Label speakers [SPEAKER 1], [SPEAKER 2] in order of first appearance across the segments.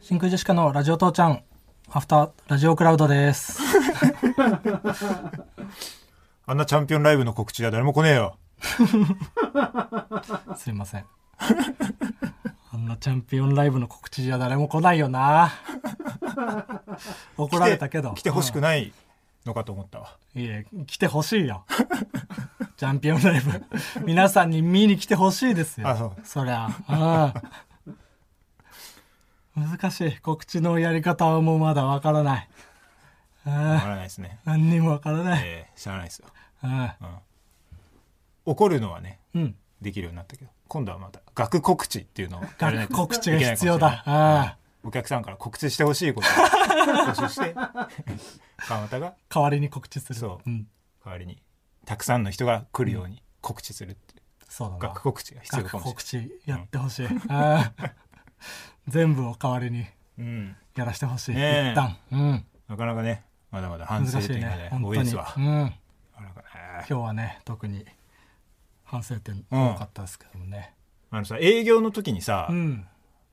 [SPEAKER 1] 真空ジェシカのラジオ父ちゃん、アフターラジオクラウドです。
[SPEAKER 2] あんなチャンピオンライブの告知では誰も来ねえよ。
[SPEAKER 1] すいません。あんなチャンピオンライブの告知じゃ誰も来ないよな。怒られたけど。
[SPEAKER 2] 来てほしくないのかと思ったわ。
[SPEAKER 1] いえ、来てほしいよ。チャンピオンライブ。皆さんに見に来てほしいですよ。
[SPEAKER 2] あそう
[SPEAKER 1] そりゃ。うん。難しい。告知のやり方はもうまだわからない。うん
[SPEAKER 2] わからないですね。
[SPEAKER 1] 何にもわからない。
[SPEAKER 2] えー、知らないですよ。
[SPEAKER 1] うん。
[SPEAKER 2] 怒るのはね、
[SPEAKER 1] うん。
[SPEAKER 2] できるようになったけど、今度はまた、学告知っていうのをやらない
[SPEAKER 1] 学
[SPEAKER 2] と
[SPEAKER 1] 告知
[SPEAKER 2] い
[SPEAKER 1] が
[SPEAKER 2] けないかもし
[SPEAKER 1] 必
[SPEAKER 2] れ
[SPEAKER 1] 要
[SPEAKER 2] ない
[SPEAKER 1] だ。。ああ。
[SPEAKER 2] お客さんから告知してほしいことを 募集して、川又が
[SPEAKER 1] 代わりに告知する。
[SPEAKER 2] そう
[SPEAKER 1] うん。
[SPEAKER 2] 代わりに、たくさんの人が来るように告知するっていう、
[SPEAKER 1] そうだな。
[SPEAKER 2] 学告知が必要か
[SPEAKER 1] 学
[SPEAKER 2] もしれな
[SPEAKER 1] 告知やってほしい。ああ。 全部を代わりに
[SPEAKER 2] い。うん。
[SPEAKER 1] やらしてほしい。
[SPEAKER 2] ねえ
[SPEAKER 1] 一旦。うん。
[SPEAKER 2] なかなかね、まだまだ反省
[SPEAKER 1] 難しい
[SPEAKER 2] 点が
[SPEAKER 1] ね
[SPEAKER 2] ね、。
[SPEAKER 1] 本
[SPEAKER 2] 多
[SPEAKER 1] 当
[SPEAKER 2] いで
[SPEAKER 1] に。
[SPEAKER 2] す
[SPEAKER 1] う
[SPEAKER 2] わ。
[SPEAKER 1] ん。
[SPEAKER 2] なかなかね
[SPEAKER 1] 今日はね特に反省点多かったですけどもね
[SPEAKER 2] あのさ、営業の時にさ、
[SPEAKER 1] うん、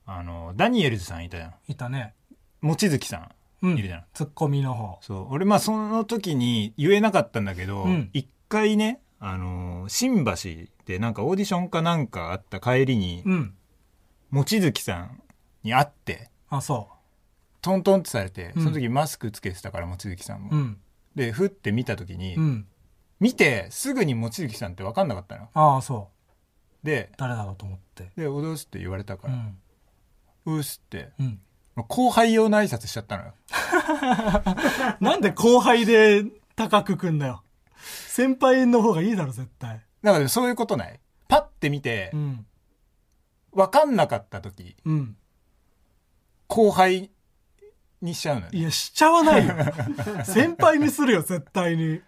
[SPEAKER 2] あの、ダニエルズさんいたじゃん。
[SPEAKER 1] いたね、
[SPEAKER 2] 望月さん。
[SPEAKER 1] うん、
[SPEAKER 2] いるじゃん
[SPEAKER 1] ツッコミの方
[SPEAKER 2] そう。俺、まあ、その時に言えなかったんだけど
[SPEAKER 1] うん、
[SPEAKER 2] 一、回ね、あのー、新橋でなんかオーディションかなんかあった帰りに、
[SPEAKER 1] うん
[SPEAKER 2] 望月さんに会って、
[SPEAKER 1] あそ
[SPEAKER 2] トントンってされて、
[SPEAKER 1] う
[SPEAKER 2] そ
[SPEAKER 1] ん
[SPEAKER 2] の時マスクつけてたから、望月さんも。
[SPEAKER 1] ううん
[SPEAKER 2] で、ふって見た時に、
[SPEAKER 1] うん
[SPEAKER 2] 見て、すぐに望月さんって分かんなかったの。
[SPEAKER 1] ああそう
[SPEAKER 2] で、
[SPEAKER 1] 誰だろうと思って
[SPEAKER 2] で、おどうすって言われたか
[SPEAKER 1] う
[SPEAKER 2] ら、
[SPEAKER 1] ん
[SPEAKER 2] うっすって、
[SPEAKER 1] うん
[SPEAKER 2] 後輩用の挨拶しちゃったのよ。
[SPEAKER 1] なんで後輩で高くくんだよ先輩の方がいいだろ絶対
[SPEAKER 2] だからそういうことないパッて見て
[SPEAKER 1] う、ん
[SPEAKER 2] 分かんなかった時、
[SPEAKER 1] うん
[SPEAKER 2] 後輩にしちゃうのよね
[SPEAKER 1] いやしちゃわない よ先輩にするよ絶対に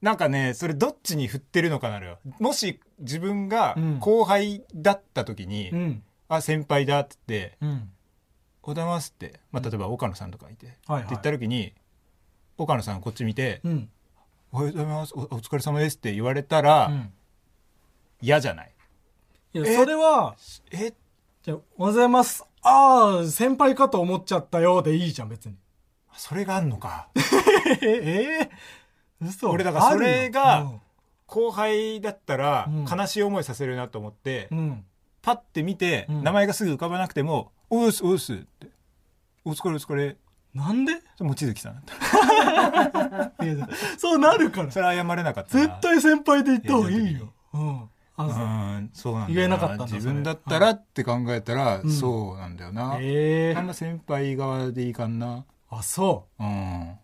[SPEAKER 2] なんかね、それどっちに振ってるのかなのよ。もし自分が
[SPEAKER 1] うん
[SPEAKER 2] 後輩だった時に、
[SPEAKER 1] ん
[SPEAKER 2] あ、先輩だって言って、
[SPEAKER 1] うん
[SPEAKER 2] おだますって、まあ、例えば岡野さんとかいて、って
[SPEAKER 1] はいはい
[SPEAKER 2] 言った時に、岡野さんこっち見て、
[SPEAKER 1] うん
[SPEAKER 2] おはようございます、おお疲れ様ですって言われたら、
[SPEAKER 1] うん
[SPEAKER 2] 嫌じゃない。
[SPEAKER 1] いや
[SPEAKER 2] え
[SPEAKER 1] それは
[SPEAKER 2] え
[SPEAKER 1] じゃあおはようございますああ先輩かと思っちゃったようでいいじゃん別に
[SPEAKER 2] それがあんの か。
[SPEAKER 1] ええ嘘
[SPEAKER 2] 俺だからそれ
[SPEAKER 1] あ
[SPEAKER 2] が
[SPEAKER 1] るよ
[SPEAKER 2] 後輩だったら
[SPEAKER 1] うん
[SPEAKER 2] 悲しい思いさせるなと思って、
[SPEAKER 1] うんうん
[SPEAKER 2] パッて見て、
[SPEAKER 1] うん
[SPEAKER 2] 名前がすぐ浮かばなくても、おうす、おうすって、お疲れお疲れ、
[SPEAKER 1] なんで
[SPEAKER 2] 望月さんだった。
[SPEAKER 1] いやそうなるから
[SPEAKER 2] それは謝れなかったな。
[SPEAKER 1] 絶対先輩で言った方がいいようん
[SPEAKER 2] う
[SPEAKER 1] あ
[SPEAKER 2] ん、そうなんだよ
[SPEAKER 1] 言えなかったんだ
[SPEAKER 2] 自
[SPEAKER 1] それ
[SPEAKER 2] 分だったらって考えたら、
[SPEAKER 1] うん
[SPEAKER 2] そうなんだよな。
[SPEAKER 1] そうええ
[SPEAKER 2] あんま先輩側でいいかんな。
[SPEAKER 1] あそう
[SPEAKER 2] うん。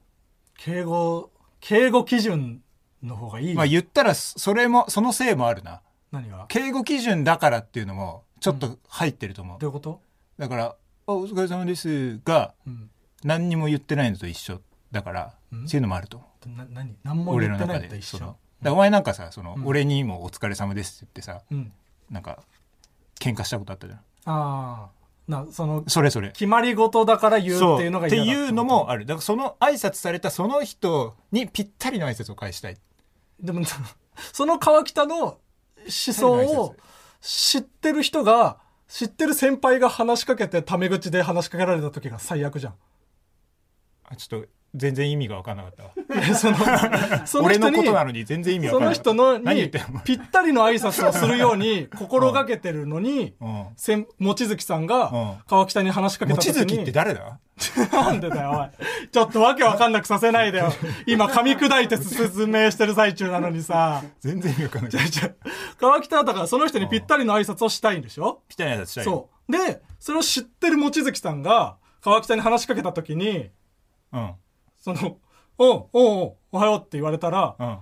[SPEAKER 1] 敬語敬語基準の方がいいよ
[SPEAKER 2] まあ言ったら、それも、そのせいもあるな。
[SPEAKER 1] 何が
[SPEAKER 2] 敬語基準だからっていうのも、ちょっと入ってると思う。
[SPEAKER 1] どういうこと
[SPEAKER 2] だから、あお疲れ様ですが、
[SPEAKER 1] うん
[SPEAKER 2] 何にも言ってないのと一緒だから、
[SPEAKER 1] うん
[SPEAKER 2] そういうのもあると思う。
[SPEAKER 1] な何何も
[SPEAKER 2] 俺
[SPEAKER 1] 言
[SPEAKER 2] の
[SPEAKER 1] ってな
[SPEAKER 2] 中
[SPEAKER 1] いのと
[SPEAKER 2] で
[SPEAKER 1] 一
[SPEAKER 2] そ
[SPEAKER 1] 緒
[SPEAKER 2] のだからお前なんかさその、
[SPEAKER 1] うん
[SPEAKER 2] 俺にも「お疲れ様です」って言ってさ
[SPEAKER 1] うん
[SPEAKER 2] なんか喧嘩したことあったじゃん
[SPEAKER 1] ああなその
[SPEAKER 2] それそれ
[SPEAKER 1] 決まり事だから言うっていうのが
[SPEAKER 2] そ
[SPEAKER 1] 嫌だ
[SPEAKER 2] って
[SPEAKER 1] こ
[SPEAKER 2] い
[SPEAKER 1] と
[SPEAKER 2] うのもあるだからその挨拶されたその人にぴったりの挨拶を返したい
[SPEAKER 1] でも、 そのその川北の思想を知ってる人が、知ってる先輩が話しかけてタメ口で話しかけられた時が最悪じゃ ん。
[SPEAKER 2] あちょっと全然意味が分からなかったわ
[SPEAKER 1] いやその、その
[SPEAKER 2] 俺
[SPEAKER 1] 人
[SPEAKER 2] のこ
[SPEAKER 1] に
[SPEAKER 2] と、なのに全然意味分
[SPEAKER 1] そ
[SPEAKER 2] から
[SPEAKER 1] の
[SPEAKER 2] なかった
[SPEAKER 1] 人の
[SPEAKER 2] 何言
[SPEAKER 1] に
[SPEAKER 2] ってんの、
[SPEAKER 1] ぴったりの挨拶をするよう に心がけてるのに、
[SPEAKER 2] うん
[SPEAKER 1] せん、望月さん
[SPEAKER 2] うん
[SPEAKER 1] が川北に話しかけ
[SPEAKER 2] 望
[SPEAKER 1] た時に。
[SPEAKER 2] 月って誰だ
[SPEAKER 1] なんでだよ、おい。ちょっとわけわかんなくさせないでよ。今噛み砕いて説明してる最中なのにさ。
[SPEAKER 2] 全然意味分からない
[SPEAKER 1] じゃあ川北はだからその人にぴったりの挨拶をしたいんでしょ
[SPEAKER 2] ぴったりの挨拶したい
[SPEAKER 1] そう。で、それを知ってる望月さんが、川北に話しかけた時に、
[SPEAKER 2] ううん
[SPEAKER 1] その、おうおうおうおはようって言われたら、
[SPEAKER 2] うん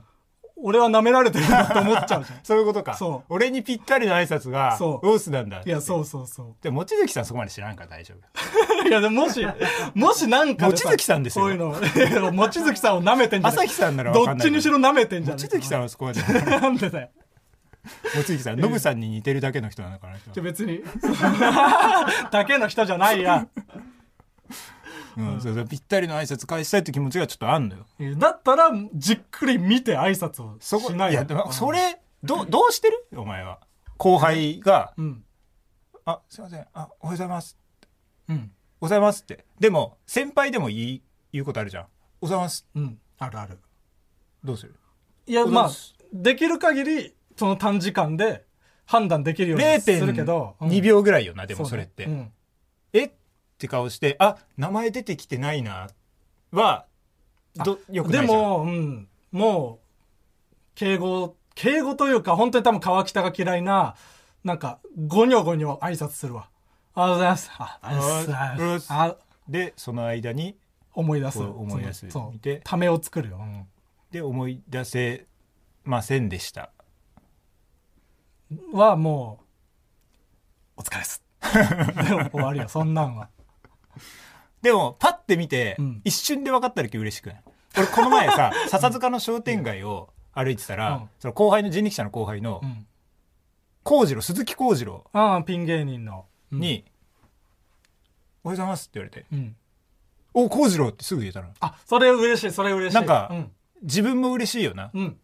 [SPEAKER 1] 俺は舐められてるんだと思っちゃうじゃん。
[SPEAKER 2] そういうことか
[SPEAKER 1] そう
[SPEAKER 2] 俺にぴったりの挨拶が
[SPEAKER 1] そう
[SPEAKER 2] オースなんだ
[SPEAKER 1] いや、そうそうそ
[SPEAKER 2] でも望月さんそこまで知らんから大丈夫
[SPEAKER 1] う。い や、でももし、もしなんか
[SPEAKER 2] 望月さんですよ
[SPEAKER 1] こういうの、 いや望月さんを舐めてんじゃな
[SPEAKER 2] 朝
[SPEAKER 1] い
[SPEAKER 2] 日さんなら分
[SPEAKER 1] ど
[SPEAKER 2] かん
[SPEAKER 1] っ
[SPEAKER 2] ない
[SPEAKER 1] ち
[SPEAKER 2] けど
[SPEAKER 1] にしろ舐めてんじゃ
[SPEAKER 2] 望
[SPEAKER 1] ない
[SPEAKER 2] 月さんはそこま で
[SPEAKER 1] なんでだよ。
[SPEAKER 2] 望月さんノブさんに似てるだけの人なのかなあの人
[SPEAKER 1] じゃ別に、 だけの人じゃないや。
[SPEAKER 2] うんそうそうぴったりの挨拶返したいって気持ちがちょっとあんのよ
[SPEAKER 1] いやだったら、じっくり見て挨拶を
[SPEAKER 2] そこ
[SPEAKER 1] しない
[SPEAKER 2] やでもそれどうどうしてるお前は後輩が
[SPEAKER 1] うん。
[SPEAKER 2] 「あすいませんあおはようございます
[SPEAKER 1] うん。」
[SPEAKER 2] ございますって。でも、先輩でも言い、言うことあるじゃん。ございます。
[SPEAKER 1] うん。あるある。
[SPEAKER 2] どうする
[SPEAKER 1] いや、
[SPEAKER 2] ござい
[SPEAKER 1] ま
[SPEAKER 2] ま
[SPEAKER 1] あ
[SPEAKER 2] す、
[SPEAKER 1] できる限り、その短時間で判断できるようにするけど。うん
[SPEAKER 2] ?0.2 秒ぐらいよな、でも
[SPEAKER 1] うね
[SPEAKER 2] それって。
[SPEAKER 1] うん
[SPEAKER 2] えって顔して、あ、名前出てきてないな、は、ど、よく
[SPEAKER 1] で
[SPEAKER 2] ないじゃん。
[SPEAKER 1] も、うん、もう、敬語、敬語というか、本当に多分川北が嫌いな、なんか、ごにょごにょ挨拶するわ。ありがとうございます。あ、ありがとうござい
[SPEAKER 2] ありがとうござい
[SPEAKER 1] ま
[SPEAKER 2] ます
[SPEAKER 1] す。あ、
[SPEAKER 2] で、その間に、
[SPEAKER 1] 思い出す。
[SPEAKER 2] こう思い出す
[SPEAKER 1] そのそ
[SPEAKER 2] 見
[SPEAKER 1] う。
[SPEAKER 2] て
[SPEAKER 1] ためを作るよ。うん
[SPEAKER 2] で、思い出せませんでした。
[SPEAKER 1] は、もう、お疲れっ す。でも終わりよ、そんなんは。
[SPEAKER 2] でも、パッて見て、
[SPEAKER 1] うん
[SPEAKER 2] 一瞬で分かった時嬉しくない俺、この前 さ、笹塚の商店街を歩いてたら、
[SPEAKER 1] うん
[SPEAKER 2] その後輩の人力車の後輩の
[SPEAKER 1] う、ん。
[SPEAKER 2] 幸次郎、鈴木幸次郎
[SPEAKER 1] ああ、ピン芸人の。うん、
[SPEAKER 2] に、おはようございますって言われて、
[SPEAKER 1] うん。
[SPEAKER 2] お、幸次郎ってすぐ言えたな。
[SPEAKER 1] あ、それ嬉しい、それ嬉しい。
[SPEAKER 2] なんか
[SPEAKER 1] うん。
[SPEAKER 2] 自分も嬉しいよな。
[SPEAKER 1] うん。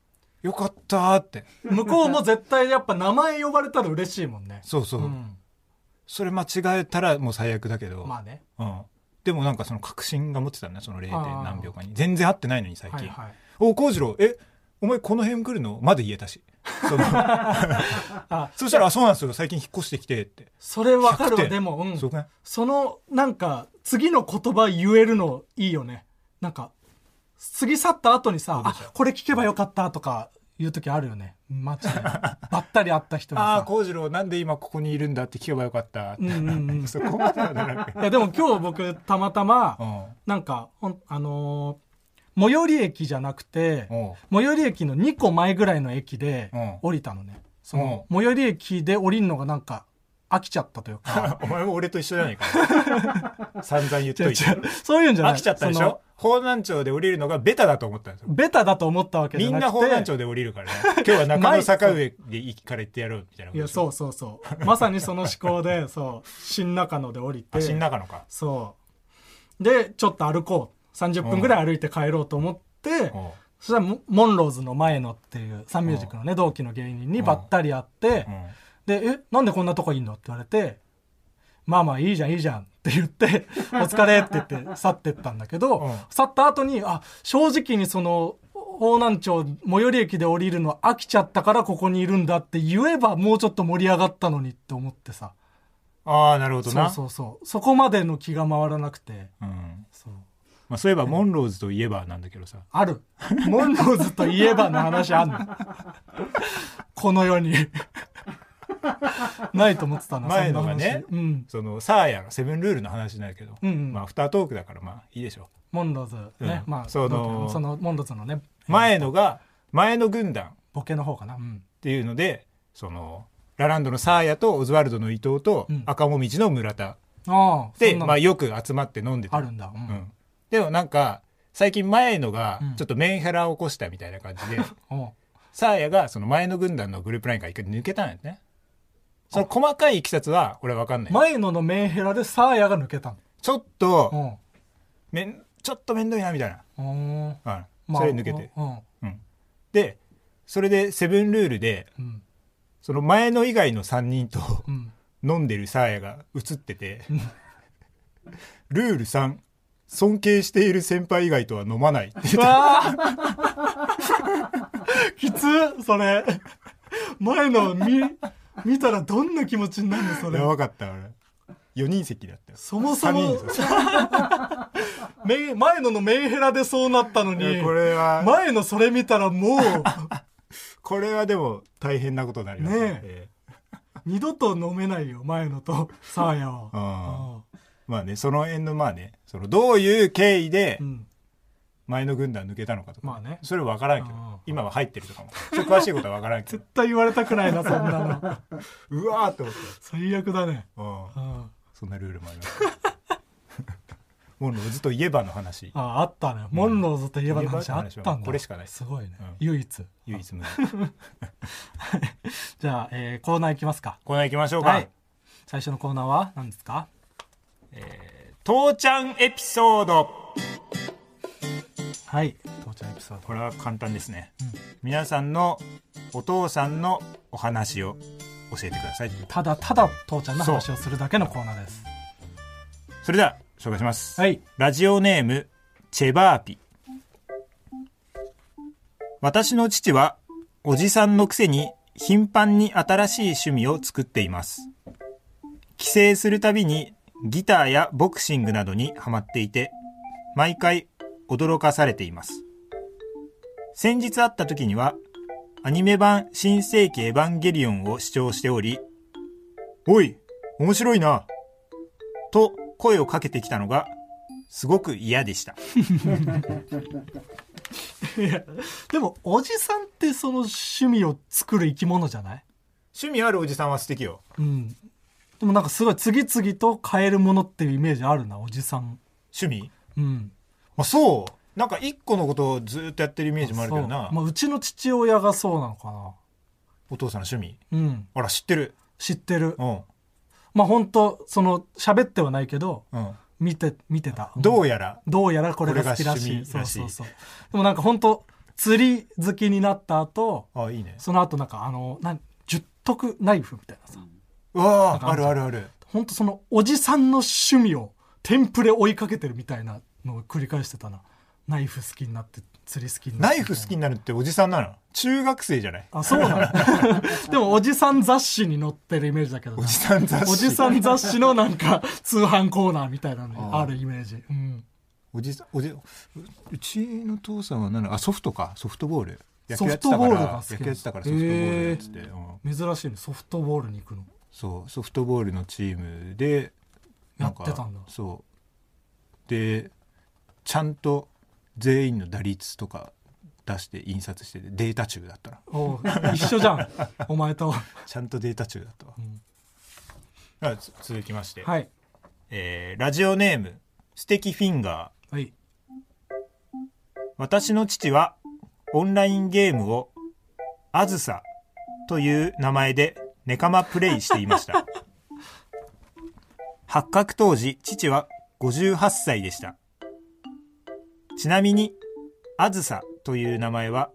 [SPEAKER 2] よかったーって。
[SPEAKER 1] 向こうも絶対やっぱ名前呼ばれたら嬉しいもんね。
[SPEAKER 2] そうそう。
[SPEAKER 1] うん。
[SPEAKER 2] それ間違えたらもう最悪だけど、
[SPEAKER 1] まあね。
[SPEAKER 2] うん。でもなんかその確信が持ってたんだ、その 0.
[SPEAKER 1] あー
[SPEAKER 2] 何秒かに。全然合ってないのに最
[SPEAKER 1] は
[SPEAKER 2] 近。
[SPEAKER 1] いはい。
[SPEAKER 2] お、幸次郎、え、お前この辺来るのまで言えたし。そのそしたら、あ、そうなんですよ、最近引っ越してきてって。
[SPEAKER 1] それわかるわ、
[SPEAKER 2] 100点
[SPEAKER 1] でも、うん。
[SPEAKER 2] すご
[SPEAKER 1] そ
[SPEAKER 2] くない
[SPEAKER 1] の、なんか、次の言葉言えるのいいよね。なんか、過ぎ去った後にさ、あ、これ聞けばよかったとか言う時あるよね。マジ で。ばったり会った人に
[SPEAKER 2] ああ、
[SPEAKER 1] さ。
[SPEAKER 2] 幸次郎、なんで今ここにいるんだって聞けばよかったって。
[SPEAKER 1] うんうんうん
[SPEAKER 2] そこまではならない。
[SPEAKER 1] いや、でも今日僕、たまたま
[SPEAKER 2] う、ん。
[SPEAKER 1] なんか、ほんあのー最寄り駅じゃなくて、
[SPEAKER 2] おう
[SPEAKER 1] 最寄り駅の2個前ぐらいの駅で
[SPEAKER 2] うん
[SPEAKER 1] 降りたのね。その、最寄り駅で降りるのがなんか、飽きちゃったというか。
[SPEAKER 2] お前も俺と一緒じゃないか。散々
[SPEAKER 1] 違
[SPEAKER 2] 言っ
[SPEAKER 1] う
[SPEAKER 2] と
[SPEAKER 1] 違う
[SPEAKER 2] いて。
[SPEAKER 1] そういうんじゃない
[SPEAKER 2] 飽きちゃったでし
[SPEAKER 1] その
[SPEAKER 2] ょ方南町で降りるのがベタだと思ったんですよ。
[SPEAKER 1] ベタだと思ったわけじ
[SPEAKER 2] み
[SPEAKER 1] ゃ
[SPEAKER 2] ん
[SPEAKER 1] なくて
[SPEAKER 2] な方南町で降りる からね。今日は中野坂上で行かれてやろうみたいなこと
[SPEAKER 1] い
[SPEAKER 2] でしょ。
[SPEAKER 1] やそうそうそうまさにその思考で そう新中野で降りて
[SPEAKER 2] あ新中野か。
[SPEAKER 1] そうでちょっと歩こう30分ぐらい歩いて帰ろうと思って、
[SPEAKER 2] おう
[SPEAKER 1] そしたらモモンローズの前野っていうサンミュージックのね、同期の芸人にばったり会って、
[SPEAKER 2] うん
[SPEAKER 1] で「えなんでこんなとこいんの?」って言われて「まあまあいいじゃんいいじゃん」って言って「お疲れ」って言って去ってったんだけど、
[SPEAKER 2] うん
[SPEAKER 1] 去った後にあ正直にその方南町最寄り駅で降りるの飽きちゃったからここにいるんだって言えばもうちょっと盛り上がったのにって思ってさ
[SPEAKER 2] ああ、なるほど
[SPEAKER 1] そう
[SPEAKER 2] な。
[SPEAKER 1] そうそうそこまでの気が回らなくて
[SPEAKER 2] うん
[SPEAKER 1] そう
[SPEAKER 2] まあ、そういえば、モンローズといえばなんだけどさ。
[SPEAKER 1] あるモンローズといえばの話あん のこの世にないと思ってたな
[SPEAKER 2] 前の
[SPEAKER 1] そんな
[SPEAKER 2] が
[SPEAKER 1] 話
[SPEAKER 2] ね
[SPEAKER 1] うん、
[SPEAKER 2] その、サーヤのセブンルールの話になるけど、
[SPEAKER 1] うんうん
[SPEAKER 2] まあ、アフタートークだから、まあ、いいでしょ
[SPEAKER 1] モンローズね、
[SPEAKER 2] うん
[SPEAKER 1] まあ
[SPEAKER 2] その
[SPEAKER 1] どうかそのモンローズのね
[SPEAKER 2] う。前のが、前の軍団っ
[SPEAKER 1] ボケの方かな、うん、
[SPEAKER 2] ていうので、その、ラランドのサーヤとオズワルドの伊藤と
[SPEAKER 1] うん
[SPEAKER 2] 赤もみじの村田
[SPEAKER 1] ああ
[SPEAKER 2] で、
[SPEAKER 1] そんなの
[SPEAKER 2] まあ、よく集まって飲んでた。
[SPEAKER 1] あるんだ、うん
[SPEAKER 2] うん。でもなんか、最近前のが
[SPEAKER 1] うん
[SPEAKER 2] ちょっとメンヘラを起こしたみたいな感 じで、
[SPEAKER 1] おう
[SPEAKER 2] サーヤがその前の軍団のグループラインから一回抜けたんやね。その細かいいきさつは俺は分かんない。
[SPEAKER 1] 前野のメンヘラでサーヤが抜けた
[SPEAKER 2] ちょっと、
[SPEAKER 1] の
[SPEAKER 2] めん、ちょっとめんどいな、みたいな。
[SPEAKER 1] うんうん
[SPEAKER 2] うん。
[SPEAKER 1] まあ
[SPEAKER 2] それ抜けて。
[SPEAKER 1] うん
[SPEAKER 2] うん。で、それでセブンルールで、
[SPEAKER 1] うん
[SPEAKER 2] その前の以外の3人と
[SPEAKER 1] うん
[SPEAKER 2] 飲んでるサーヤが映ってて、 ルール3、尊敬している先輩以外とは飲まないって言って
[SPEAKER 1] うわあきつそれ 前野見見たらどんな気持ちになるのそれ
[SPEAKER 2] やばかった、俺。4人席だったよ。
[SPEAKER 1] そもそも
[SPEAKER 2] 三人ですよ
[SPEAKER 1] メン前野のメンヘラでそうなったの
[SPEAKER 2] い
[SPEAKER 1] に
[SPEAKER 2] やこれは、
[SPEAKER 1] 前野それ見たらもう
[SPEAKER 2] これはでも大変なことになります
[SPEAKER 1] ね
[SPEAKER 2] ええ
[SPEAKER 1] 二度と飲めないよ前野とサーヤは
[SPEAKER 2] うんまあね、その辺のまあね、そのどういう経緯で
[SPEAKER 1] うん
[SPEAKER 2] 前の軍団抜けたのかとか、
[SPEAKER 1] まあね
[SPEAKER 2] それは分からんけ
[SPEAKER 1] う
[SPEAKER 2] ど
[SPEAKER 1] ん、
[SPEAKER 2] 今は入ってるとかも。ちょっと詳しいことは分から んけど
[SPEAKER 1] 絶、対言われたくないなそんなの
[SPEAKER 2] うわーって思って、
[SPEAKER 1] 最悪だね
[SPEAKER 2] う、
[SPEAKER 1] うんん
[SPEAKER 2] そんなルールもあります。 モンローズといえばの話、
[SPEAKER 1] ああったねモンローズといえばの話
[SPEAKER 2] うん
[SPEAKER 1] あったんだ
[SPEAKER 2] これしかない
[SPEAKER 1] すごいね、
[SPEAKER 2] うん
[SPEAKER 1] 唯一
[SPEAKER 2] 唯一無二。
[SPEAKER 1] じゃあ、えーコーナーいきますか
[SPEAKER 2] コーナー行きましょうか。
[SPEAKER 1] はい最初のコーナーは何ですか
[SPEAKER 2] 父ちゃんエピソード。
[SPEAKER 1] はい父ちゃんエピソード
[SPEAKER 2] これは簡単ですね。皆さんのお父さんのお話を教えてください。
[SPEAKER 1] ただただ父ちゃんの話をするだけのコーナーです
[SPEAKER 2] それでは紹介します、
[SPEAKER 1] はい
[SPEAKER 2] ラジオネームチェバーピ私の父はおじさんのくせに頻繁に新しい趣味を作っています帰省するたびにギターやボクシングなどにハマっていて毎回驚かされています先日会った時にはアニメ版「新世紀エヴァンゲリオン」を視聴しており「おい面白いな」と声をかけてきたのがすごく嫌でした
[SPEAKER 1] でもおじさんってその趣味を作る生き物じゃない
[SPEAKER 2] 趣味あるおじさんは素敵よ
[SPEAKER 1] うんでもなんかすごい次々と変えるものっていうイメージあるなおじさん
[SPEAKER 2] 趣味
[SPEAKER 1] うん
[SPEAKER 2] あそうなんか一個のことをずっとやってるイメージもあるけどな
[SPEAKER 1] そうまあ、うちの父親がそうなのか
[SPEAKER 2] お父さんの趣味
[SPEAKER 1] なうん
[SPEAKER 2] あら知ってる
[SPEAKER 1] 知ってる
[SPEAKER 2] うん
[SPEAKER 1] まあ本当その喋ってはないけど
[SPEAKER 2] うん
[SPEAKER 1] 見て見てた
[SPEAKER 2] ど
[SPEAKER 1] う
[SPEAKER 2] うやら
[SPEAKER 1] どうやらこれが好きらしい
[SPEAKER 2] これが趣味らしい
[SPEAKER 1] そうそうそうでもなんか本当釣り好きになった後
[SPEAKER 2] あいいね
[SPEAKER 1] その後なんかあのなん十徳ナイフみたいなさ
[SPEAKER 2] うわ
[SPEAKER 1] なん
[SPEAKER 2] あ
[SPEAKER 1] か
[SPEAKER 2] あ
[SPEAKER 1] ある
[SPEAKER 2] る
[SPEAKER 1] じゃん
[SPEAKER 2] あるある
[SPEAKER 1] 本当そのおじさんの趣味をテンプレ追いかけてるみたいなのを繰り返してたなナイフ好きになって釣り好きになっ
[SPEAKER 2] ナ
[SPEAKER 1] て
[SPEAKER 2] イフ好きになるっておじさんなの中学生じゃない
[SPEAKER 1] あそうなの でもおじさん雑誌に載ってるイメージだけどな
[SPEAKER 2] おじさん雑誌
[SPEAKER 1] おじさん雑誌のなんか通販コーナーみたいなのにあるイメージうん
[SPEAKER 2] おじさんおじううちの父さんは何だあソフトかソフトボール野球やって
[SPEAKER 1] ソフト
[SPEAKER 2] たか
[SPEAKER 1] ボール
[SPEAKER 2] ら
[SPEAKER 1] が好き
[SPEAKER 2] 野球やってたからソフトボールやってて、
[SPEAKER 1] へ
[SPEAKER 2] うん
[SPEAKER 1] 珍しいねソフトボールに行くの
[SPEAKER 2] そうソフトボールのチームでなんか
[SPEAKER 1] やってたんだ
[SPEAKER 2] そうでちゃんと全員の打率とか出して印刷しててデータ中だったな
[SPEAKER 1] おう一緒じゃん お前と、
[SPEAKER 2] ちゃんとデータ中だったわ
[SPEAKER 1] うん
[SPEAKER 2] あつ続きまして、
[SPEAKER 1] はい
[SPEAKER 2] えーラジオネーム「ステキフィンガー」
[SPEAKER 1] はい
[SPEAKER 2] 私の父はオンラインゲームを「あずさ」という名前でネカマプレイしていました 発覚当時父は58歳でしたちなみに「あずさ」という名前は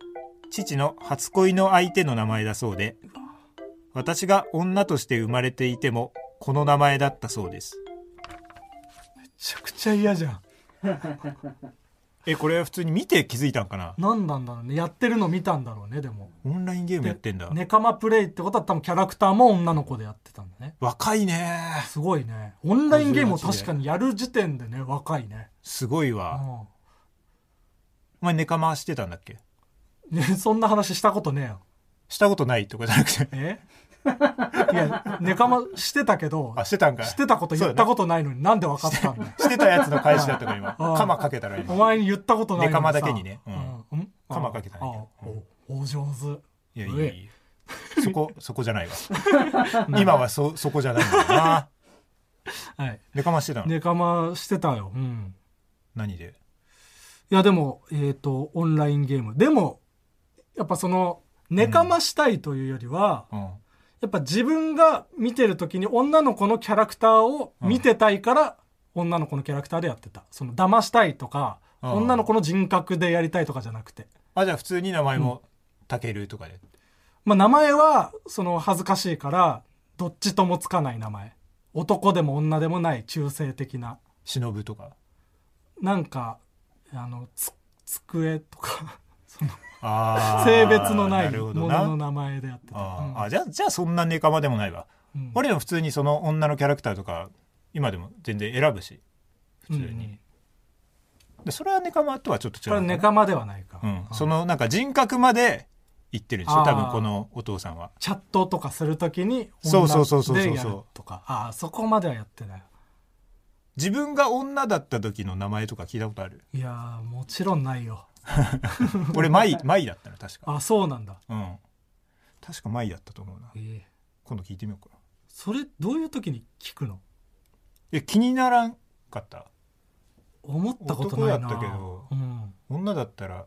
[SPEAKER 2] 父の初恋の相手の名前だそうで私が女として生まれていてもこの名前だったそうです
[SPEAKER 1] めちゃくちゃ嫌じゃん
[SPEAKER 2] えこれは普通に見て気づいたんかな
[SPEAKER 1] 何なんだろうねやってるの見たんだろうねでも
[SPEAKER 2] オンラインゲームやってんだ、
[SPEAKER 1] ネカマプレイってことは多分キャラクターも女の子でやってたんだね
[SPEAKER 2] 若いね
[SPEAKER 1] すごいねオンラインゲームを確かにやる時点でね若いね
[SPEAKER 2] すごいわ、お前ネカ回してたんだっけ
[SPEAKER 1] うんねそんな話したことねえよ
[SPEAKER 2] したことないとかじゃなくて
[SPEAKER 1] えいやネカマしてたけど
[SPEAKER 2] あしてたんかい
[SPEAKER 1] してたこと言ったことないのになんで分かったんだよ
[SPEAKER 2] してたやつの返しだったから 今
[SPEAKER 1] ああ
[SPEAKER 2] カマかけたら
[SPEAKER 1] お
[SPEAKER 2] 今
[SPEAKER 1] 前に言ったことないのにさ
[SPEAKER 2] ネカマだけにねうん
[SPEAKER 1] うん
[SPEAKER 2] カマかけたんだけど
[SPEAKER 1] あおお上手
[SPEAKER 2] いやいやいやそこそこじゃないわ 今はそそこじゃないんだよな
[SPEAKER 1] はい
[SPEAKER 2] ネカ回してたの、
[SPEAKER 1] ネカマしてたようん
[SPEAKER 2] 何で
[SPEAKER 1] いやでもえっとオンラインゲームでもやっぱそのネカマしたいというよりは、
[SPEAKER 2] うん
[SPEAKER 1] やっぱ自分が見てる時に女の子のキャラクターを見てたいから、女の子のキャラクターでやってたその騙したいとか、
[SPEAKER 2] うん
[SPEAKER 1] 女の子の人格でやりたいとかじゃなくて
[SPEAKER 2] あじゃあ普通に名前もタケルとかで
[SPEAKER 1] まあ、名前はその恥ずかしいからどっちともつかない名前男でも女でもない中性的な
[SPEAKER 2] 忍ぶとか
[SPEAKER 1] なんかあのつ机とか その
[SPEAKER 2] あー
[SPEAKER 1] 性別のない
[SPEAKER 2] なる
[SPEAKER 1] も
[SPEAKER 2] ほど
[SPEAKER 1] の
[SPEAKER 2] な
[SPEAKER 1] の名前でやってた
[SPEAKER 2] あーあじゃあじゃあそんなネカマでもないわ、
[SPEAKER 1] うんうん
[SPEAKER 2] 俺でも普通にその女のキャラクターとか今でも全然選ぶし普通に、
[SPEAKER 1] うんうん
[SPEAKER 2] でそれはネカマとはちょっと
[SPEAKER 1] こ
[SPEAKER 2] 違う
[SPEAKER 1] れは
[SPEAKER 2] のかな
[SPEAKER 1] ネカマではないか、
[SPEAKER 2] うん、
[SPEAKER 1] うん
[SPEAKER 2] そのなんか人格まで言ってるんでしょ
[SPEAKER 1] あー
[SPEAKER 2] 多分このお父さんは
[SPEAKER 1] チャットとかするときに
[SPEAKER 2] そうそうそう
[SPEAKER 1] 女
[SPEAKER 2] そうそうそう
[SPEAKER 1] でやるとかああそこまではやってない
[SPEAKER 2] 自分が女だった時の名前とか聞いたことあ る
[SPEAKER 1] いやーもちろんないよ
[SPEAKER 2] 俺マイマイだったの確か
[SPEAKER 1] あそうなんだ、
[SPEAKER 2] うん確かマイだったと思うな
[SPEAKER 1] ええ
[SPEAKER 2] 今度聞いてみようかな
[SPEAKER 1] それどういう時に聞くの
[SPEAKER 2] え気にならんかった
[SPEAKER 1] 思ったことないな
[SPEAKER 2] 男だったけど
[SPEAKER 1] うん、
[SPEAKER 2] 女だったら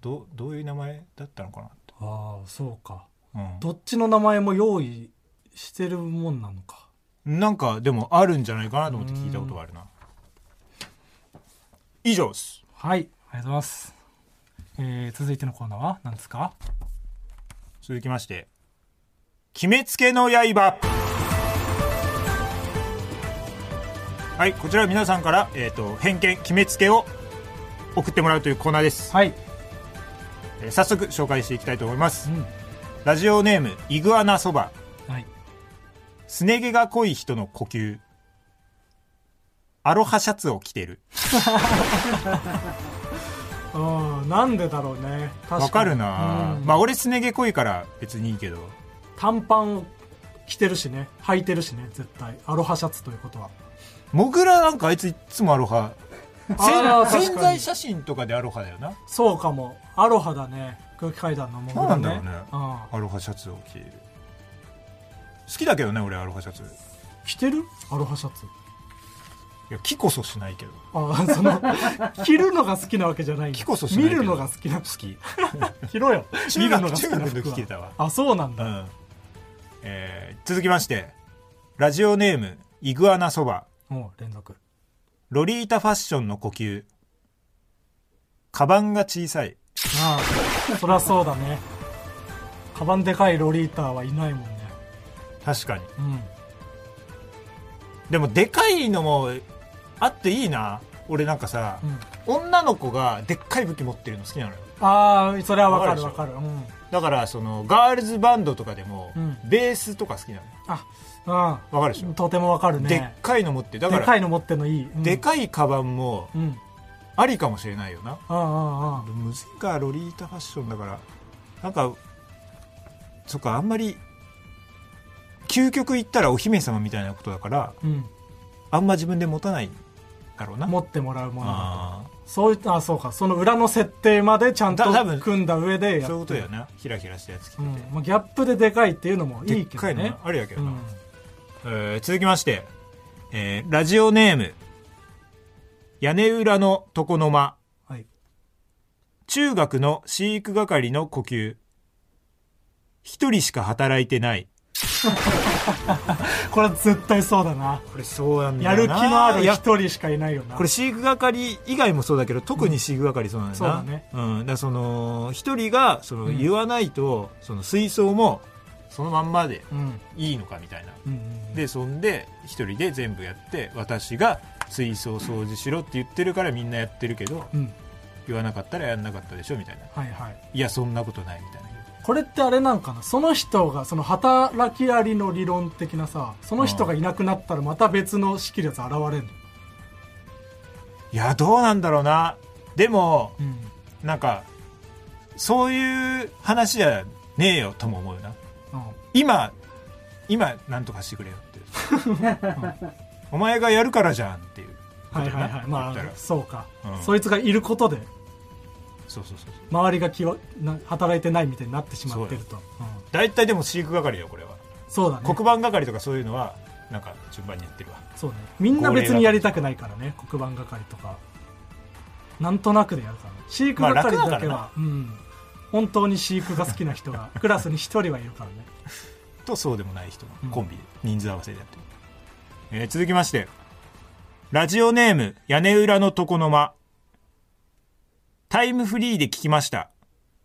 [SPEAKER 2] どどういう名前だったのかなって
[SPEAKER 1] ああそうか
[SPEAKER 2] うん
[SPEAKER 1] どっちの名前も用意してるもんなのか
[SPEAKER 2] なんかでもあるんじゃないかなと思って聞いたことがあるな以上っす
[SPEAKER 1] はいありがとうございます、えー続いてのコーナーは何ですか
[SPEAKER 2] 続きまして「決めつけの刃」はいこちらは皆さんから、えー、と偏見決めつけを送ってもらうというコーナーです、
[SPEAKER 1] はい、
[SPEAKER 2] えー早速紹介していきたいと思います、
[SPEAKER 1] うん
[SPEAKER 2] ラジオネームイグアナそば
[SPEAKER 1] はい、
[SPEAKER 2] すね毛が濃い人の呼吸アロハシャツを着てる
[SPEAKER 1] うんなんでだろうね確に
[SPEAKER 2] わかるな、
[SPEAKER 1] うん
[SPEAKER 2] まあ俺すね毛濃いから別にいいけど
[SPEAKER 1] 短パンを着てるしね履いてるしね絶対アロハシャツということ は
[SPEAKER 2] モグラなんかあいついっつもアロハ
[SPEAKER 1] あー
[SPEAKER 2] せん
[SPEAKER 1] 確
[SPEAKER 2] 潜
[SPEAKER 1] か
[SPEAKER 2] 在
[SPEAKER 1] に
[SPEAKER 2] 写真とかでアロハだよな
[SPEAKER 1] そうかもアロハだね空気階段のも
[SPEAKER 2] そうなんだろうね
[SPEAKER 1] うん
[SPEAKER 2] アロハシャツを着ている好きだけどね俺アロハシャツい
[SPEAKER 1] 着てるアロハシャツ
[SPEAKER 2] や着こそしないけど
[SPEAKER 1] ああその 着るのが好きなわけじゃないんだ
[SPEAKER 2] 着こそしないけど
[SPEAKER 1] 見るのが好きな
[SPEAKER 2] 好き
[SPEAKER 1] 着ろよ見
[SPEAKER 2] 中
[SPEAKER 1] るのが
[SPEAKER 2] 学
[SPEAKER 1] 好き
[SPEAKER 2] 中
[SPEAKER 1] な
[SPEAKER 2] 学の
[SPEAKER 1] 服
[SPEAKER 2] 時
[SPEAKER 1] は
[SPEAKER 2] 着てたわ
[SPEAKER 1] あそうなん
[SPEAKER 2] う
[SPEAKER 1] だ、
[SPEAKER 2] んえー続きましてラジオネームイグアナそば
[SPEAKER 1] もう連続
[SPEAKER 2] ロリータファッションの呼吸カバンが小さい
[SPEAKER 1] ああそりゃそうだねカバンでかいロリーターはいないもんね
[SPEAKER 2] 確かに
[SPEAKER 1] うん
[SPEAKER 2] でもでかいのもあっていいな俺なんかさ、
[SPEAKER 1] うん
[SPEAKER 2] 女の子がでっかい武器持ってるの好きなのよ
[SPEAKER 1] ああそれはわかるわ
[SPEAKER 2] わ
[SPEAKER 1] か
[SPEAKER 2] か
[SPEAKER 1] るうん
[SPEAKER 2] だからそのガールズバンドとかでも、
[SPEAKER 1] うん
[SPEAKER 2] ベースとか好きなのよ
[SPEAKER 1] あ
[SPEAKER 2] わかるでし
[SPEAKER 1] う
[SPEAKER 2] ょ
[SPEAKER 1] ん、とてもわかる
[SPEAKER 2] で
[SPEAKER 1] ね
[SPEAKER 2] っかいの持ってるだ
[SPEAKER 1] で
[SPEAKER 2] か
[SPEAKER 1] か
[SPEAKER 2] ら
[SPEAKER 1] いの持ってんのいい、うん、
[SPEAKER 2] でかいカバンも
[SPEAKER 1] うんうん
[SPEAKER 2] ありかもしれないよな
[SPEAKER 1] うんうん
[SPEAKER 2] むずいかロリータファッションだからなんかそっかあんまり究極言ったらお姫様みたいなことだから
[SPEAKER 1] うん
[SPEAKER 2] あんま自分で持たないだろうな
[SPEAKER 1] 持ってもらうものだと
[SPEAKER 2] あ
[SPEAKER 1] そういったあそうかその裏の設定までちゃんと
[SPEAKER 2] だ多分
[SPEAKER 1] 組んだ上で
[SPEAKER 2] ー
[SPEAKER 1] や
[SPEAKER 2] そういう
[SPEAKER 1] っ
[SPEAKER 2] ことだよなひらひらしたやつ着てて、
[SPEAKER 1] うんまあ、ギャップででかいっていうのもい
[SPEAKER 2] で
[SPEAKER 1] い
[SPEAKER 2] っ
[SPEAKER 1] け
[SPEAKER 2] か
[SPEAKER 1] ど
[SPEAKER 2] いの
[SPEAKER 1] ね
[SPEAKER 2] なあるやけ
[SPEAKER 1] う
[SPEAKER 2] どな、
[SPEAKER 1] ん、
[SPEAKER 2] えー続きまして、えーラジオネーム屋根裏の床の間
[SPEAKER 1] はい
[SPEAKER 2] 中学の飼育係の呼吸一人しか働いてない
[SPEAKER 1] これは絶対そうだな
[SPEAKER 2] これそうなん
[SPEAKER 1] やる気のある
[SPEAKER 2] いや
[SPEAKER 1] 一人しかいないよな
[SPEAKER 2] これ飼育係以外もそうだけど特に飼育係そうなんだな、
[SPEAKER 1] うんそうだね
[SPEAKER 2] んだからその一人がその
[SPEAKER 1] うん
[SPEAKER 2] 言わないと、その水槽もそのまんまで
[SPEAKER 1] うんうん
[SPEAKER 2] いいのかみたいな
[SPEAKER 1] うん
[SPEAKER 2] でそんで一人で全部やって私が水槽掃除しろって言ってるからみんなやってるけど
[SPEAKER 1] うん
[SPEAKER 2] 言わなかったらやんなかったでしょみたいな
[SPEAKER 1] はいはい
[SPEAKER 2] いやそんなことないみたいな
[SPEAKER 1] これってあれなんかなその人がその働きありの理論的なさその人がいなくなったらまた別の仕切るやつ現れるの
[SPEAKER 2] いやどうなんだろうなでも
[SPEAKER 1] うん
[SPEAKER 2] なんかそういう話じゃねえよとも思うな今今なんとかしてくれよって、お前がやるからじゃんっていう
[SPEAKER 1] はいはい
[SPEAKER 2] 言
[SPEAKER 1] は
[SPEAKER 2] った
[SPEAKER 1] い
[SPEAKER 2] ら
[SPEAKER 1] まあそうか、
[SPEAKER 2] うん
[SPEAKER 1] そいつがいることで
[SPEAKER 2] そうそうそうそう
[SPEAKER 1] 周りが気はな働いてないみたいになってしまってるとうん
[SPEAKER 2] 大体でも飼育係よこれは、
[SPEAKER 1] そうだね
[SPEAKER 2] 黒板係とかそういうのはなんか順番にやってるわ
[SPEAKER 1] そうねみんな別にやりたくないからね黒板係とかなんとなくでやるからね飼育
[SPEAKER 2] まあ
[SPEAKER 1] 係
[SPEAKER 2] 楽だ
[SPEAKER 1] だけ
[SPEAKER 2] から
[SPEAKER 1] は、うん本当に飼育が好きな人 がクラスに一人はいるからね
[SPEAKER 2] とそうでもない人
[SPEAKER 1] うん
[SPEAKER 2] のコンビで人数合わせでやってる、えー続きましてラジオネーム屋根裏の床の間タイムフリーで聞きました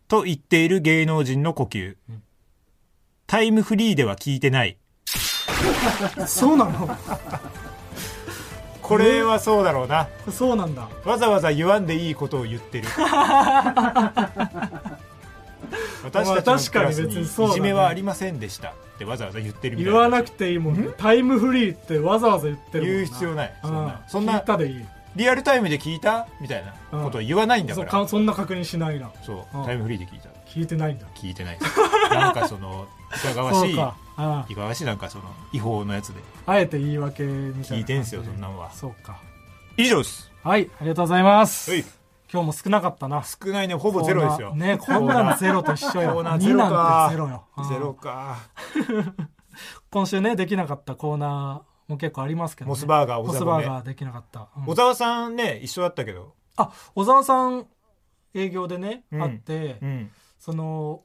[SPEAKER 2] と言っている芸能人の呼吸、
[SPEAKER 1] うん
[SPEAKER 2] タイムフリーでは聞いてない
[SPEAKER 1] そうなの
[SPEAKER 2] これはそうだろうな、
[SPEAKER 1] そうなんだ
[SPEAKER 2] わざわざ言わんでいいことを 言ってる
[SPEAKER 1] ま
[SPEAKER 2] 私たちのクラス
[SPEAKER 1] あ確かに別
[SPEAKER 2] に
[SPEAKER 1] に
[SPEAKER 2] い
[SPEAKER 1] そうだね
[SPEAKER 2] じめはありませんでしたってわざわざ言ってるみたい
[SPEAKER 1] 言
[SPEAKER 2] な
[SPEAKER 1] わなくていいもんねタイムフリーってわざわざ言ってるもん
[SPEAKER 2] 言う必要ないそんな
[SPEAKER 1] うん
[SPEAKER 2] そんな
[SPEAKER 1] 聞いたでいい
[SPEAKER 2] リアルタイムで聞いたみたいなことを言わないんだ
[SPEAKER 1] そ
[SPEAKER 2] か
[SPEAKER 1] う
[SPEAKER 2] ら、
[SPEAKER 1] かそんな確認しないな
[SPEAKER 2] そう
[SPEAKER 1] うん
[SPEAKER 2] タイムフリーで聞いた
[SPEAKER 1] 聞いてないんだ
[SPEAKER 2] 聞いてな いですなんかそのいかがわし
[SPEAKER 1] そ
[SPEAKER 2] いう
[SPEAKER 1] かあ
[SPEAKER 2] いかがわしいなんかその違法のやつで
[SPEAKER 1] ああえて言い訳みたいな感じで
[SPEAKER 2] 聞いてんすよそんなんは
[SPEAKER 1] そうか
[SPEAKER 2] 以上です
[SPEAKER 1] はいありがとうございます
[SPEAKER 2] はい
[SPEAKER 1] 今日も少なかったな
[SPEAKER 2] 少ないねほぼゼロですよ
[SPEAKER 1] コーナーねこんなのゼロと一緒よ
[SPEAKER 2] コー
[SPEAKER 1] 2
[SPEAKER 2] ナ
[SPEAKER 1] な
[SPEAKER 2] ー
[SPEAKER 1] んて
[SPEAKER 2] ゼ
[SPEAKER 1] ゼ
[SPEAKER 2] ロか
[SPEAKER 1] ロようん
[SPEAKER 2] ゼロか
[SPEAKER 1] 今週ねできなかったコーナーも結構ありますけどね
[SPEAKER 2] モスバーガー
[SPEAKER 1] モ
[SPEAKER 2] 小
[SPEAKER 1] ス
[SPEAKER 2] 沢
[SPEAKER 1] バ
[SPEAKER 2] ね
[SPEAKER 1] ーガーできなかったうん
[SPEAKER 2] 小沢さんね一緒だったけど
[SPEAKER 1] あ小沢さん営業でね
[SPEAKER 2] うん
[SPEAKER 1] 会って
[SPEAKER 2] うん
[SPEAKER 1] その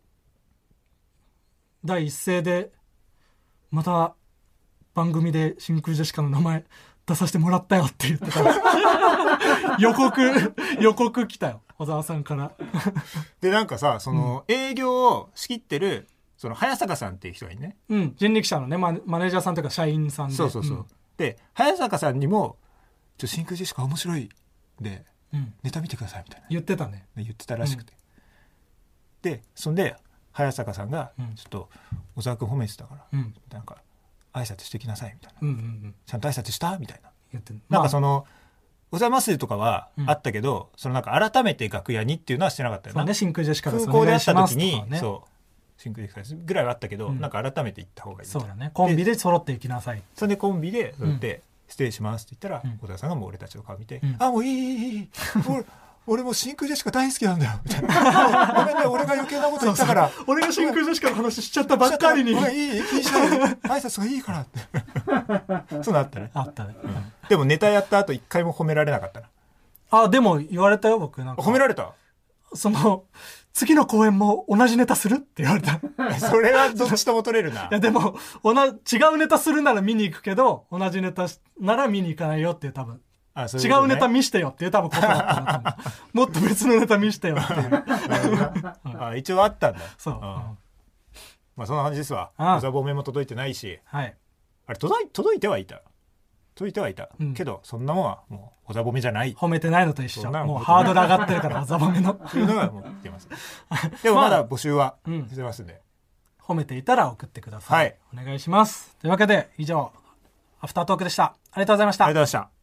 [SPEAKER 1] 第一声でまた番組で真空ジェシカの名前出させてもらったよって言ってた 予告予告来たよ小沢さんから
[SPEAKER 2] でなんかさその営業を仕切ってるその早坂さんっていう人がいるね
[SPEAKER 1] うん人力車のねマネマネージャーさんというか社員さんで
[SPEAKER 2] そうそうそう、
[SPEAKER 1] ん
[SPEAKER 2] で早坂さんにもちょ真空ジェシカ面白い」で
[SPEAKER 1] うん
[SPEAKER 2] 「ネタ見てください」みたいな
[SPEAKER 1] 言ってたね
[SPEAKER 2] 言ってたらしくて、でそんで早坂さんが
[SPEAKER 1] うん
[SPEAKER 2] 「ちょっと小沢君褒めてたから、
[SPEAKER 1] うん
[SPEAKER 2] なんか挨拶してきなさい」みたいな
[SPEAKER 1] うんうんうん
[SPEAKER 2] 「ちゃんと挨拶した?」みたいな
[SPEAKER 1] 言って
[SPEAKER 2] なんか
[SPEAKER 1] ま
[SPEAKER 2] その「おざいます」とかは
[SPEAKER 1] うん
[SPEAKER 2] あったけど、そのなんか改めて楽屋にっていうのはしてなかっ
[SPEAKER 1] あ
[SPEAKER 2] たよ
[SPEAKER 1] そう
[SPEAKER 2] な、
[SPEAKER 1] ね真空ジェシカ
[SPEAKER 2] 空
[SPEAKER 1] です
[SPEAKER 2] 港で会っ
[SPEAKER 1] お
[SPEAKER 2] た時
[SPEAKER 1] 願いし
[SPEAKER 2] に
[SPEAKER 1] ますとかね
[SPEAKER 2] そう真空ジェシカですぐらいはあったけど、
[SPEAKER 1] うん
[SPEAKER 2] なんか改めて行った方がいいみた
[SPEAKER 1] そ
[SPEAKER 2] いうな
[SPEAKER 1] だねコンビで揃っていきなさい
[SPEAKER 2] それでコンビで
[SPEAKER 1] うん
[SPEAKER 2] で、失礼します」って言ったら、
[SPEAKER 1] うん
[SPEAKER 2] 小田さんがもう俺たちの顔見て「
[SPEAKER 1] うん
[SPEAKER 2] あもういいいいい い俺俺もう真空ジェシカ大好きなんだよ」みたいな「ごめんね俺が余計なこと言ったから」
[SPEAKER 1] 俺が真空ジェシカの話しちゃった ばっかりに
[SPEAKER 2] ごめんいいいい気にしないで挨拶がいいから」って そうなったね
[SPEAKER 1] あったね
[SPEAKER 2] でもネタやった後一回も褒められなかったな
[SPEAKER 1] あでも言われたよ僕なんか
[SPEAKER 2] 褒められた
[SPEAKER 1] その次の公演も同じネタするって言われ たい
[SPEAKER 2] それはどっちとも取れるな
[SPEAKER 1] やでも同じ違うネタするなら見に行くけど同じネタしなら見に行かないよっていう多分
[SPEAKER 2] あそい
[SPEAKER 1] 違
[SPEAKER 2] こと
[SPEAKER 1] う
[SPEAKER 2] ね
[SPEAKER 1] ネタ見してよっていう多分ことだったな と思うもっと別のネタ見してよっていう
[SPEAKER 2] あ一応あったんだ
[SPEAKER 1] そう、
[SPEAKER 2] ん
[SPEAKER 1] うん
[SPEAKER 2] まあそんな感じですわ
[SPEAKER 1] ああ
[SPEAKER 2] お座褒めも届いてないし
[SPEAKER 1] はい
[SPEAKER 2] あれ届い届いてはいた届いてはいた、
[SPEAKER 1] うん
[SPEAKER 2] けどそんなもんはもうおざぼめじゃないっ
[SPEAKER 1] 褒めてないのと一
[SPEAKER 2] そ
[SPEAKER 1] 緒
[SPEAKER 2] んなの
[SPEAKER 1] もうハードル上がってるからあざばめの
[SPEAKER 2] ていうのがもう 出ますでもまだ募集は
[SPEAKER 1] うん
[SPEAKER 2] してますんで、
[SPEAKER 1] 褒めていたら送ってください、
[SPEAKER 2] はい
[SPEAKER 1] お願いしますというわけで以上アフタートークでしたありがとうございました
[SPEAKER 2] ありがとうございました